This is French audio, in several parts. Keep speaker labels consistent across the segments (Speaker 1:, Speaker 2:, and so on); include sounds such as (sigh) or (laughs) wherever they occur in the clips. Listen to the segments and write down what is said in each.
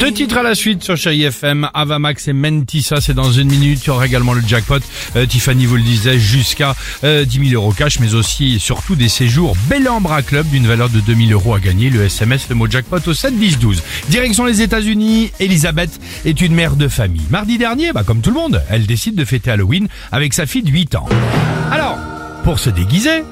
Speaker 1: Deux titres à la suite sur Chéri FM, Avamax et Mentissa, c'est dans une minute. Il y aura également le jackpot, euh, Tiffany vous le disait, jusqu'à euh, 10 000 euros cash, mais aussi et surtout des séjours Bellambra Club d'une valeur de 2 000 euros à gagner. Le SMS, le mot jackpot au 7 10 12. Direction les États-Unis, Elisabeth est une mère de famille. Mardi dernier, bah, comme tout le monde, elle décide de fêter Halloween avec sa fille de 8 ans. Alors, pour se déguiser,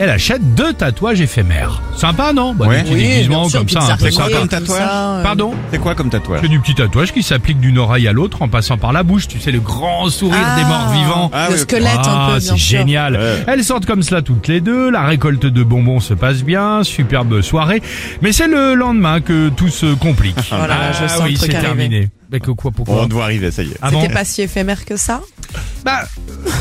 Speaker 1: elle achète deux tatouages éphémères. Sympa, non bah,
Speaker 2: Ouais.
Speaker 1: Des petits déguisements comme ça, un peu sympa. Pardon
Speaker 2: C'est quoi comme tatouage
Speaker 1: C'est du petit tatouage qui s'applique d'une oreille à l'autre en passant par la bouche. Tu sais, le grand sourire des morts vivants.
Speaker 2: Ah
Speaker 3: le
Speaker 2: oui,
Speaker 3: squelette un
Speaker 1: Ah,
Speaker 3: peu, bien
Speaker 1: c'est
Speaker 3: sûr.
Speaker 1: génial.
Speaker 2: Ouais.
Speaker 1: Elles sortent comme cela toutes les deux. La récolte de bonbons se passe bien. Superbe soirée. Mais c'est le lendemain que tout se
Speaker 3: (laughs)
Speaker 1: complique.
Speaker 3: Oh là là, je
Speaker 1: Ah
Speaker 3: sens le
Speaker 1: oui,
Speaker 3: truc
Speaker 1: c'est
Speaker 3: arriver.
Speaker 1: terminé. Mais que quoi, pourquoi
Speaker 2: On doit arriver, ça y est.
Speaker 1: Ah bon
Speaker 3: C'était pas si éphémère que ça.
Speaker 1: Bah,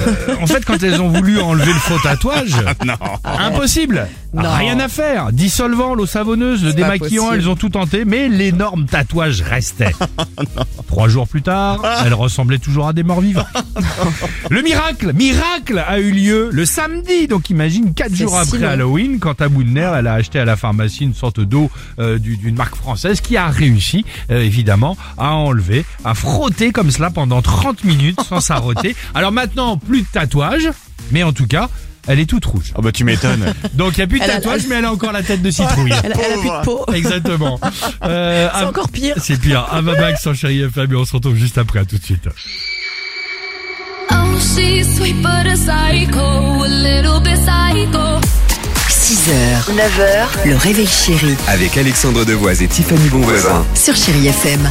Speaker 1: euh, en fait, quand elles ont voulu enlever le faux tatouage,
Speaker 2: Non.
Speaker 1: impossible.
Speaker 3: Non.
Speaker 1: Rien à faire. Dissolvant, l'eau savonneuse, le
Speaker 3: C'est pas
Speaker 1: démaquillant,
Speaker 3: possible.
Speaker 1: elles ont tout tenté, mais l'énorme tatouage
Speaker 3: (laughs)
Speaker 1: restait. Trois jours plus tard,
Speaker 3: Ah.
Speaker 1: elle ressemblait toujours à des morts vivants. le miracle, miracle a eu lieu le samedi. Donc imagine quatre
Speaker 3: C'est
Speaker 1: jours
Speaker 3: si
Speaker 1: après
Speaker 3: long.
Speaker 1: Halloween, quand à bout de nerfs, elle a acheté à la pharmacie une sorte d'eau euh, du- d'une marque française qui a réussi, euh, évidemment, à enlever, à frotter comme cela pendant 30 minutes
Speaker 3: (laughs)
Speaker 1: sans s'arrêter. Alors maintenant, plus de tatouage, mais en tout cas, elle est toute rouge.
Speaker 2: Oh bah tu
Speaker 3: (laughs)
Speaker 2: m'étonnes.
Speaker 1: Donc il n'y a plus de
Speaker 3: Elle a la-
Speaker 1: tatouage, mais elle a encore la
Speaker 3: (laughs)
Speaker 1: tête de citrouille.
Speaker 3: Elle, elle a plus de peau.
Speaker 1: Ah.
Speaker 3: (laughs)
Speaker 1: Exactement. Euh,
Speaker 3: C'est
Speaker 1: Av-
Speaker 3: encore pire.
Speaker 1: C'est pire. Avamax sans chéri FM et on se retrouve juste après. À tout de suite.
Speaker 4: Oh, she's sweet but a psycho, a little bit psycho.
Speaker 5: 6h, 9h, le réveil chéri
Speaker 6: Avec Alexandre Devoise et Tiffany Bonvoisin.
Speaker 5: sur Chérie FM.